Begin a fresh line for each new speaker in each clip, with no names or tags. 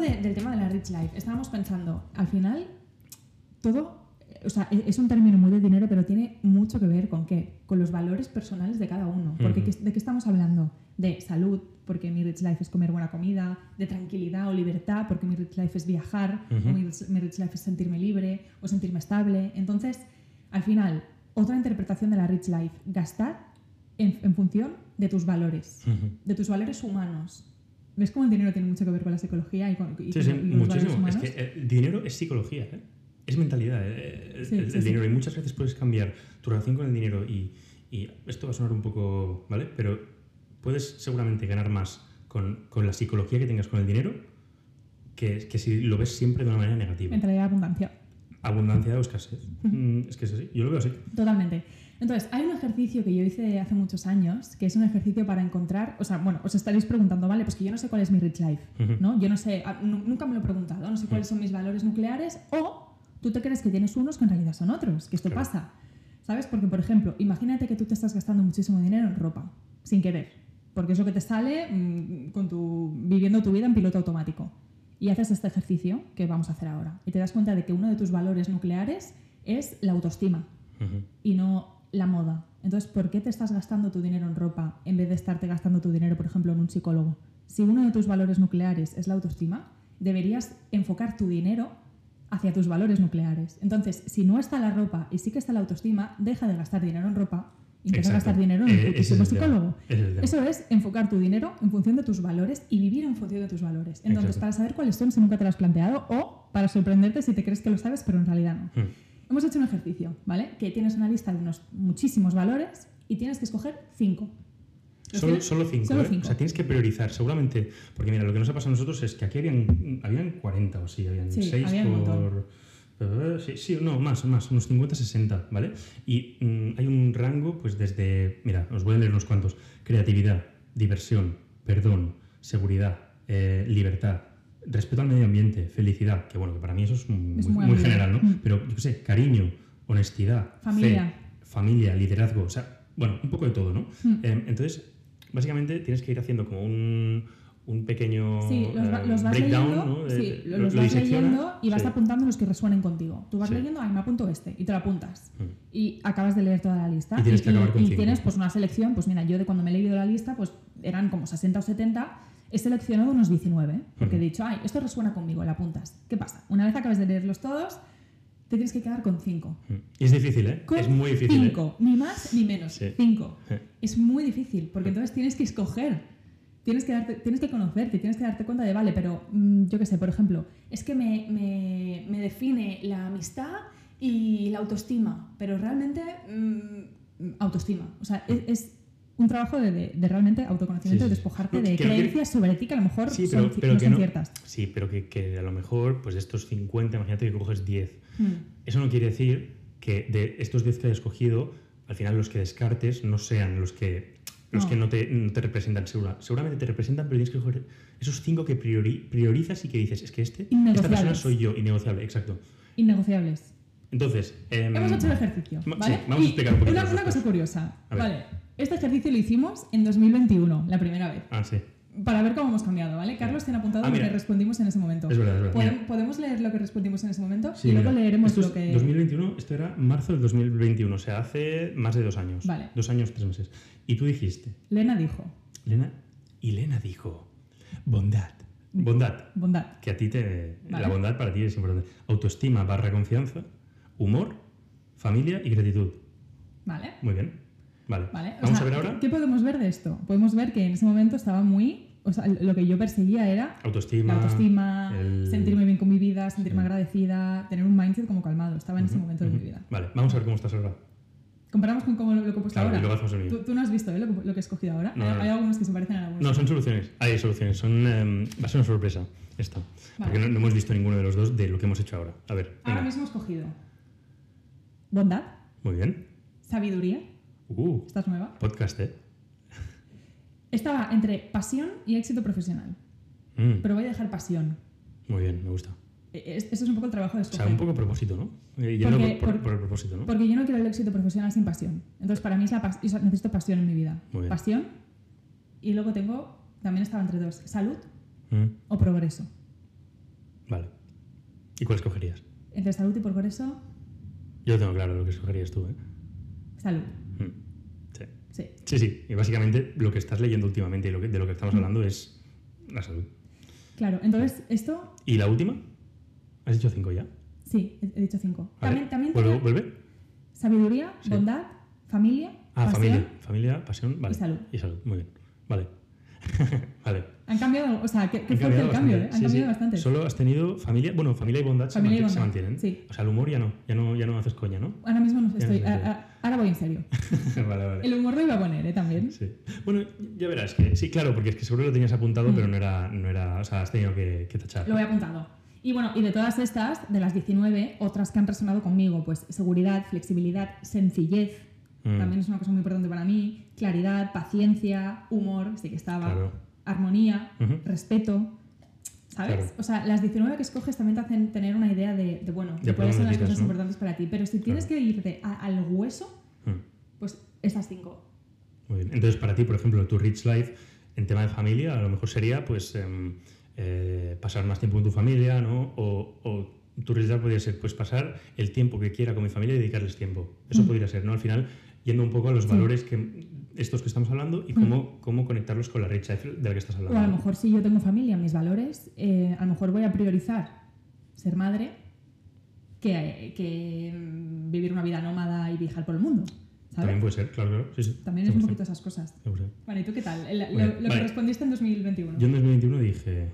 de- del tema de la rich life, estábamos pensando, al final, todo, eh, o sea, e- es un término muy de dinero, pero tiene mucho que ver con qué? Con los valores personales de cada uno. Porque,
Ujú.
¿qué- ¿de qué estamos hablando? De salud, porque mi rich life es comer buena comida, de tranquilidad o libertad, porque mi rich life es viajar,
Ujú.
o mi rich- mi rich life es sentirme libre o sentirme estable. Entonces, al final, otra interpretación de la rich life, gastar en, en función de tus valores
Ujú.
de tus valores humanos. ¿Ves cómo el dinero tiene mucho que ver con la psicología y con, y
Sí,
con-
sí,
y los valores
muchísimo.
humanos?
Es que el dinero es psicología, ¿eh? es mentalidad. eh, el-
Sí,
el,
sí,
el
sí.
dinero. Y muchas veces puedes cambiar tu relación con el dinero y, y esto va a sonar un poco, ¿vale? Pero puedes seguramente ganar más con, con la psicología que tengas con el dinero que, que si lo ves siempre de una manera negativa.
Mentalidad de abundancia.
Abundancia o escasez. Mm, es que es así. Yo lo veo así.
Totalmente. Entonces, hay un ejercicio que yo hice hace muchos años, que es un ejercicio para encontrar, o sea, bueno, os estaréis preguntando, vale, pues que yo no sé cuál es mi rich life,
Ujú. Mm.
¿no? Yo no sé, ah, nu- nunca me lo he preguntado, no sé cuáles son mis valores nucleares, o tú te crees que tienes unos que en realidad son otros, que esto
Claro.
pasa, ¿sabes? Porque, por ejemplo, imagínate que tú te estás gastando muchísimo dinero en ropa, sin querer, porque es lo que te sale mm, con tu, viviendo tu vida en piloto automático. Y haces este ejercicio que vamos a hacer ahora, y te das cuenta de que uno de tus valores nucleares es la autoestima
Ujú.
y no la moda. Entonces, ¿por qué te estás gastando tu dinero en ropa en vez de estarte gastando tu dinero, por ejemplo, en un psicólogo? Si uno de tus valores nucleares es la autoestima, deberías enfocar tu dinero hacia tus valores nucleares. Entonces, si no está la ropa y sí que está la autoestima, deja de gastar dinero en ropa y empieza a
Exacto.
gastar dinero en
Eh,
un
ese es
putísimo
el tema.
psicólogo.
Ese es el tema.
Eso es enfocar tu dinero en función de tus valores y vivir en función de tus valores. Entonces,
Exacto.
para saber cuáles son si nunca te lo has planteado o para sorprenderte si te crees que lo sabes pero en realidad no.
Ujú.
Hemos hecho un ejercicio, ¿vale? Que tienes una lista de unos muchísimos valores y tienes que escoger cinco. ¿Los
Solo,
tienes?
solo cinco,
Solo
¿eh?
cinco.
O sea, tienes que priorizar, seguramente. Porque mira, lo que nos ha pasado a nosotros es que aquí habían, habían 40 o sí, habían
Sí,
6
había un montón.
por. eh, sí, sí, no, más, más, unos 50, 60, ¿vale? Y mm, hay un rango, pues desde. Mira, os voy a leer unos cuantos: creatividad, diversión, perdón, seguridad, eh, libertad, respeto al medio ambiente, felicidad, que bueno, que para mí eso es, muy,
Es muy
muy
amplio.
general, ¿no?
Mm.
Pero yo qué sé, cariño, honestidad, fe,
Familia.
familia, liderazgo, o sea, bueno, un poco de todo, ¿no?
Mm.
Eh, entonces, básicamente tienes que ir haciendo como un, un pequeño
Sí, los, va-
eh,
los vas
breakdown,
leyendo,
¿no? De-
sí,
lo-
los
lo
vas
diseccionas,
leyendo y vas
sí.
apuntando los que resuenen contigo. Tú vas
Sí.
leyendo, ay, me apunto este, y te lo apuntas.
Mm.
Y acabas de leer toda la lista.
Y tienes que acabar con
y
cinco.
tienes pues una selección, pues mira, yo de cuando me he leído la lista, pues eran como 60 o 70, he seleccionado unos 19, porque he
Ujú.
dicho, ay, esto resuena conmigo, lo apuntas. ¿Qué pasa? Una vez acabes de leerlos todos, te tienes que quedar con cinco.
Mm. Y es difícil, ¿eh?
Con
Es muy difícil. ¿eh?
Cinco, ni más ni menos.
Sí.
Cinco.
Eh.
Es muy difícil, porque entonces tienes que escoger. Tienes que, darte, tienes que conocerte, tienes que darte cuenta de, vale, pero mm, yo qué sé, por ejemplo, es que me, me- me define la amistad y la autoestima, pero realmente mm, autoestima. O sea, es, es un trabajo de, de- de realmente autoconocimiento,
Sí, sí, sí.
despojarte
No,
de
que no quiere-
creencias sobre ti que a lo mejor
Sí,
son,
pero,
ci-
pero
no
que
son
no.
ciertas.
Sí, pero que, que a lo mejor, pues de estos 50, imagínate que coges 10.
Mm.
Eso no quiere decir que de estos 10 que hayas escogido, al final los que descartes no sean los que los
No.
que no te, no te representan. Segura- seguramente te representan, pero tienes que escoger esos 5 que priori- priorizas y que dices, es que este, esta persona
Innegociables.
soy yo, innegociable, exacto.
Innegociables.
Entonces, em,
Hemos hecho el ejercicio.
Ma-
¿vale?
sí, vamos a
Y
explicar un poquito
Una,
las
una cosa
cosas.
curiosa.
A ver.
Vale. Este ejercicio lo hicimos en 2021, la primera vez.
Ah, sí.
Para ver cómo hemos cambiado, ¿vale? Carlos tiene apuntado
Ah,
lo
mira.
que respondimos en ese momento.
Es verdad, es verdad.
Podem-
Mira.
Podemos leer lo que respondimos en ese momento
Sí,
Pues, y luego
mira.
leeremos
Esto es
lo que.
2021, esto era marzo del 2021, o sea, hace más de dos años.
Vale.
Dos años, tres meses. Y tú dijiste,
Lena dijo:
Lena, y Lena dijo, bondad. Bondad.
bondad.
Que a ti te.
Vale.
La bondad para ti es importante. Autoestima barra confianza, humor, familia y gratitud.
¿Vale?
Muy bien. Vale.
¿Vale? O
Vamos
sea,
a ver ahora.
¿Qué podemos ver de esto? Podemos ver que en ese momento estaba muy. O sea, lo que yo perseguía era
Autoestima.
la autoestima,
el-
sentirme bien con mi vida, sentirme
Sí.
agradecida, tener un mindset como calmado. Estaba en ese momento de mi
Ujú.
vida.
Vale, vamos a ver cómo estás ahora.
Comparamos con cómo lo, lo que he puesto
Claro, y
ahora.
luego hacemos el mío.
Tú, tú no has visto ¿eh? lo, que- lo que he escogido ahora.
No,
hay,
no, no.
hay algunos que se parecen a algunos.
No, son soluciones. Hay soluciones. Son, em, va a ser una sorpresa esta. Porque no, no hemos visto ninguno de los dos de lo que hemos hecho ahora. A ver.
ahora
venga.
mismo he escogido bondad,
Muy bien.
sabiduría.
Uh,
Esta es nueva.
podcast, ¿eh?
Estaba entre pasión y éxito profesional.
Mm,
Pero voy a dejar pasión.
muy bien, me gusta.
E- es- Esto es un poco el trabajo de
O sea,
escoger.
un poco propósito, ¿no? Eh, Yendo
Porque-
por, por-
por-
por el propósito, ¿no?
Porque yo no quiero el éxito profesional sin pasión. Entonces, para mí es la pas- o sea, necesito pasión en mi vida.
Muy bien.
Pasión. Y luego tengo, también estaba entre dos, salud
Mm,
o progreso.
Vale. ¿Y cuál escogerías?
Entre salud y por eso,
Yo tengo claro lo que escogerías tú, ¿eh?
salud.
Mm. Sí.
Sí.
Sí, sí. Y básicamente lo que estás leyendo últimamente y lo que- de lo que estamos hablando es la salud.
Claro, entonces esto,
¿Y la última? ¿Has dicho cinco ya?
sí, he he dicho cinco.
A
También,
ver,
también
¿vuelve-
tenía
¿Vuelve?
sabiduría,
Sí.
bondad, familia,
Ah,
pasión.
familia. Familia, pasión, vale.
salud.
Y salud, muy bien. Vale. vale.
Han cambiado, o sea, qué, qué
Han
fuerte el
cambiado
cambio, ¿eh?
bastante.
Han
Sí,
cambiado
sí.
bastante.
Solo has tenido familia, bueno, familia y bondad, se
Familia y
manti- se,
bondad,
mantienen.
sí.
O sea, el humor ya no, ya no, ya no haces coña, ¿no?
Ahora mismo no
Ya no
estoy,
sé.
a- a- ahora voy en serio.
vale, vale.
El humor lo iba a poner, ¿eh? También.
Sí. Bueno, ya verás que sí, claro, porque es que seguro lo tenías apuntado, pero no era, no era, o sea, has tenido que, que tachar.
Mm. Lo he apuntado. Y bueno, y de todas estas, de las 19, otras que han resonado conmigo, pues seguridad, flexibilidad, sencillez,
Mm.
también es una cosa muy importante para mí, claridad, paciencia, humor, sí que estaba,
Claro.
armonía,
Ujú.
respeto, ¿sabes?
Claro.
O sea, las 19 que escoges también te hacen tener una idea de, de, bueno, de
por
cuáles son
dónde
las
tiras,
cosas
¿no?
importantes para ti, pero si tienes que irte a- al hueso,
Mm.
pues estas 5.
Muy bien. Entonces, para ti, por ejemplo, tu rich life en tema de familia, a lo mejor sería pues em, eh, pasar más tiempo con tu familia, ¿no? O, o tu rich life podría ser pues pasar el tiempo que quiera con mi familia y dedicarles tiempo. Eso
Mm.
podría ser, ¿no? Al final, yendo un poco a los valores que estos que estamos hablando y cómo, cómo conectarlos con la rich life de la que estás
O
hablando.
Mm. a lo mejor si yo tengo familia, mis valores, eh, a lo mejor voy a priorizar ser madre que, que, mm, vivir una vida nómada y viajar por el mundo. ¿sabes?
También puede ser, claro, claro. Sí, sí.
También es un
100%.
poquito esas cosas.
100%.
Bueno, ¿y tú qué tal? El- lo
Muy bien,
lo que
vale.
respondiste en 2021.
Yo en 2021 dije,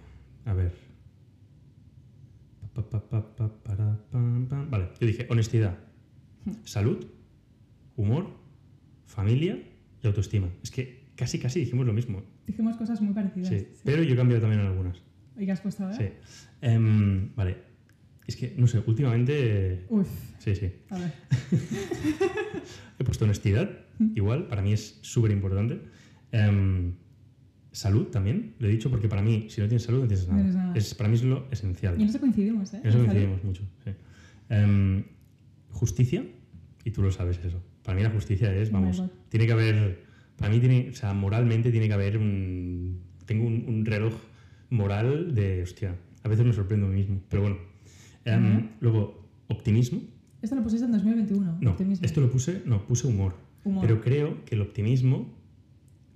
a ver. Pa, pa, pa, pa, para, pam, pam. Vale, yo dije honestidad, salud, humor, familia y autoestima. Es que casi, casi dijimos lo mismo.
Dijimos cosas muy parecidas.
Sí, pero yo he cambiado también en algunas.
¿Y qué has puesto ahora?
Sí. Em, vale, es que, no sé, últimamente.
Uf,
Sí, sí.
a ver.
He puesto honestidad, igual, para mí es súper importante. salud también, lo he dicho, porque para mí, si no tienes salud, no tienes nada.
No tienes nada.
Es, para mí es lo esencial.
Y en eso coincidimos, ¿eh?
En eso
Salud.
coincidimos mucho. sí. Em, justicia, y tú lo sabes eso. Para mí la justicia es,
Oh
vamos,
my God.
tiene que haber, para mí tiene, o sea, moralmente tiene que haber un, tengo un, un reloj moral de, hostia, a veces me sorprendo a mí mismo, pero bueno. Em, Luego, optimismo.
Esto lo pusiste en 2021.
No,
optimismo.
esto lo puse, no, puse humor.
Humor.
Pero creo que el optimismo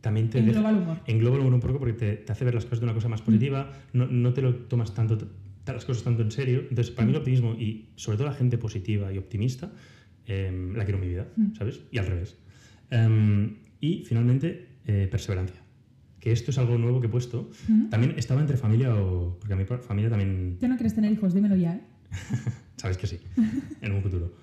también te deja-
Engloba el humor.
engloba el humor un poco porque te, te hace ver las cosas de una cosa más positiva, no, no te lo tomas tanto, t- las cosas tanto en serio. Entonces, para mí el optimismo y sobre todo la gente positiva y optimista, em, la quiero en mi vida, ¿sabes? Y al revés. Em, y finalmente, eh, perseverancia. Que esto es algo nuevo que he puesto.
Mm.
También estaba entre familia o... Porque a mí pa- familia también
¿Tú no quieres tener hijos? Dímelo ya, ¿eh?
Sabes que sí, en un futuro.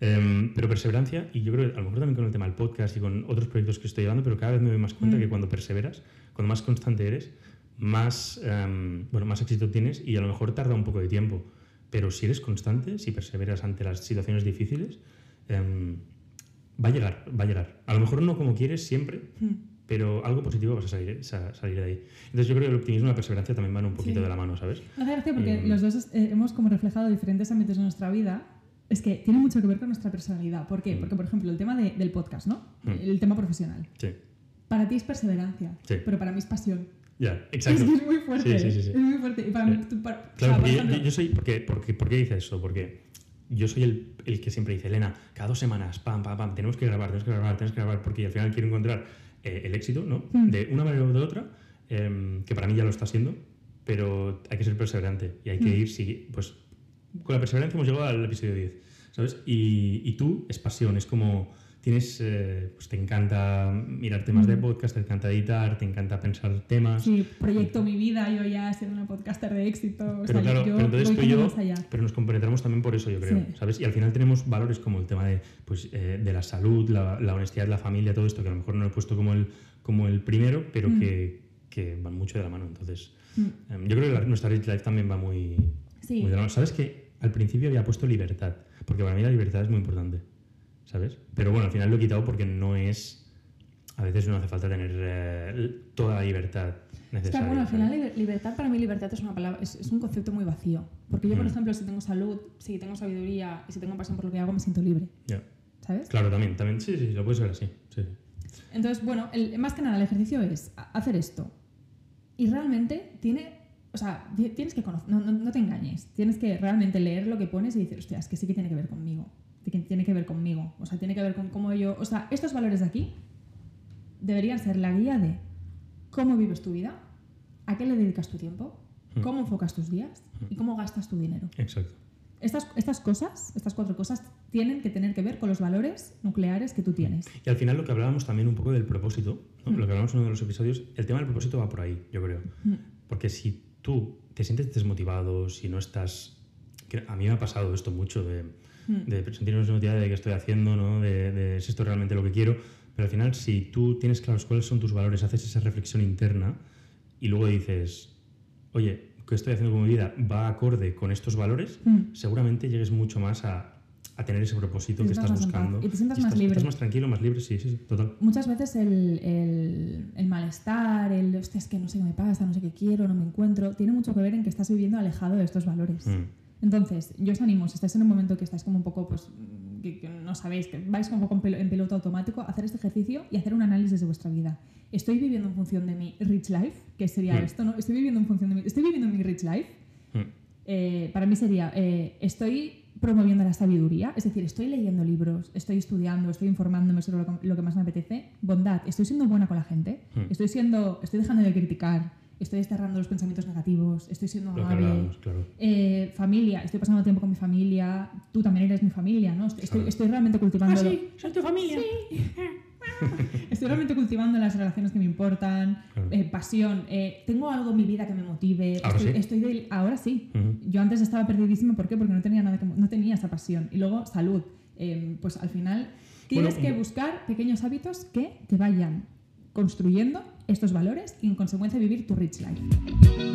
Em, pero perseverancia, y yo creo que a lo mejor también con el tema del podcast y con otros proyectos que estoy llevando, pero cada vez me doy más cuenta que cuando perseveras, cuando más constante eres, más, em, bueno, más éxito tienes y a lo mejor tarda un poco de tiempo. Pero si eres constante, si perseveras ante las situaciones difíciles, em, va a llegar, va a llegar. A lo mejor no como quieres siempre, pero algo positivo vas a salir, eh, sa- salir de ahí. Entonces yo creo que el optimismo y la perseverancia también van un poquito
Sí.
de la mano, ¿sabes?
Me hace gracia porque
Y-
los dos eh, hemos como reflejado diferentes ámbitos de nuestra vida. Es que tiene mucho que ver con nuestra personalidad. ¿Por qué? Porque, por ejemplo, el tema de- del podcast, ¿no?
Mm.
El tema profesional.
Sí,
Para ti es perseverancia,
Sí.
pero para mí es pasión.
ya, exacto.
Es que es muy fuerte.
Sí, sí, sí, sí.
Es muy fuerte. Y para mí, tú, para- o sea,
Claro,
por
porque yo,
ejemplo,
yo soy. Porque, porque, ¿Por qué dice eso? Porque yo soy el, el que siempre dice, Elena, cada dos semanas, pam, pam, pam, tenemos que grabar, tenemos que grabar, tenemos que grabar, porque al final quiero encontrar eh, el éxito, ¿no?
Mm.
De una manera o de otra, em, que para mí ya lo está siendo, pero hay que ser perseverante y hay
Mm.
que ir, sí, pues con la perseverancia hemos llegado al episodio 10, ¿sabes? Y, y tú es pasión, es como tienes, eh, pues te encanta mirar
Mm.
temas de podcast, te encanta editar, te encanta pensar temas.
sí, proyecto mi vida, yo ya ser una podcaster de éxito. o
Pero
sea,
claro,
yo
pero entonces
voy
tú y yo,
más allá.
pero nos compenetramos también por eso, yo creo,
Sí.
¿sabes? Y al final tenemos valores como el tema de, pues, eh, de la salud, la, la honestidad, la familia, todo esto, que a lo mejor no lo he puesto como el, como el primero, pero
Mm.
que, que van mucho de la mano. Entonces, em, yo creo que la- nuestra Rich Life también va muy,
Sí.
muy de la mano. ¿Sabes que Al principio había puesto libertad, porque para mí la libertad es muy importante, ¿sabes? Pero bueno, al final lo he quitado porque no es... A veces no hace falta tener eh, toda la libertad
Es
necesaria.
que, bueno, al
¿sabes?
final liber- libertad para mí libertad es una palabra, es, es un concepto muy vacío. Porque yo, por ejemplo, si tengo salud, si tengo sabiduría y si tengo pasión por lo que hago, me siento libre,
Ya.
¿sabes?
Claro, también, también, sí, sí, lo puedes ver así. Sí, sí.
Entonces, bueno, el- más que nada el ejercicio es a- hacer esto. Y realmente tiene o sea, ti- tienes que conocer, no, no- no te engañes, tienes que realmente leer lo que pones y decir, hostia, es que sí que tiene que ver conmigo, sí que tiene que ver conmigo, o sea, tiene que ver con cómo yo, o sea, estos valores de aquí deberían ser la guía de cómo vives tu vida, a qué le dedicas tu tiempo,
Mm.
cómo enfocas tus días y cómo gastas tu dinero.
Exacto.
Estas, estas cosas, estas cuatro cosas, tienen que tener que ver con los valores nucleares que tú tienes.
Y al final lo que hablábamos también un poco del propósito, ¿no? lo que hablábamos en uno de los episodios, el tema del propósito va por ahí, yo creo.
Mm.
Porque si tú te sientes desmotivado, si no estás... que A mí me ha pasado esto mucho de,
Mm.
de sentirme desmotivado de qué estoy haciendo, ¿no? de, de si esto es realmente lo que quiero. Pero al final, si tú tienes claros cuáles son tus valores, haces esa reflexión interna y luego dices, oye, ¿qué estoy haciendo con mi vida? ¿Va acorde con estos valores?
Mm.
seguramente llegues mucho más a, a tener ese propósito
Te
que
sientas más
estás
en paz
buscando.
y te sientas más
estás,
libre.
estás más tranquilo, más libre, sí, sí, sí, total.
Muchas veces el, el- el malestar, el hostia, es que no sé qué me pasa, no sé qué quiero, no me encuentro, tiene mucho que ver en que estás viviendo alejado de estos valores.
Mm.
Entonces, yo os animo, si estáis en un momento que estáis como un poco, pues, mm, que, que no sabéis, que vais como un poco en pelo- en piloto automático, hacer este ejercicio y hacer un análisis de vuestra vida. ¿Estoy viviendo en función de mi rich life? Que sería
Mm.
esto, ¿no? ¿Estoy viviendo en función de mi, ¿estoy viviendo mi rich life?
Mm.
Eh, para mí sería, eh, estoy promoviendo la sabiduría, es decir, estoy leyendo libros, estoy estudiando, estoy informándome sobre lo que, lo que más me apetece, bondad, estoy siendo buena con la gente,
Hmm.
estoy siendo, estoy dejando de criticar, estoy desterrando los pensamientos negativos, estoy siendo
Lo que
amable,
hablábamos, claro.
eh, familia, estoy pasando tiempo con mi familia, tú también eres mi familia, ¿no? Estoy,
Claro. Ah,
estoy realmente cultivando...
soy tu familia.
Estoy realmente cultivando las relaciones que me importan,
Claro.
eh, pasión, eh, tengo algo en mi vida que me motive.
Ahora
estoy,
Ah, pues sí.
estoy del- ahora sí.
Ujú.
Yo antes estaba perdidísima, ¿por qué? Porque no tenía nada que, mo- no tenía esa pasión. Y luego salud. Eh, pues al final tienes
Bueno,
que buscar pequeños hábitos que te vayan construyendo estos valores y en consecuencia vivir tu rich life.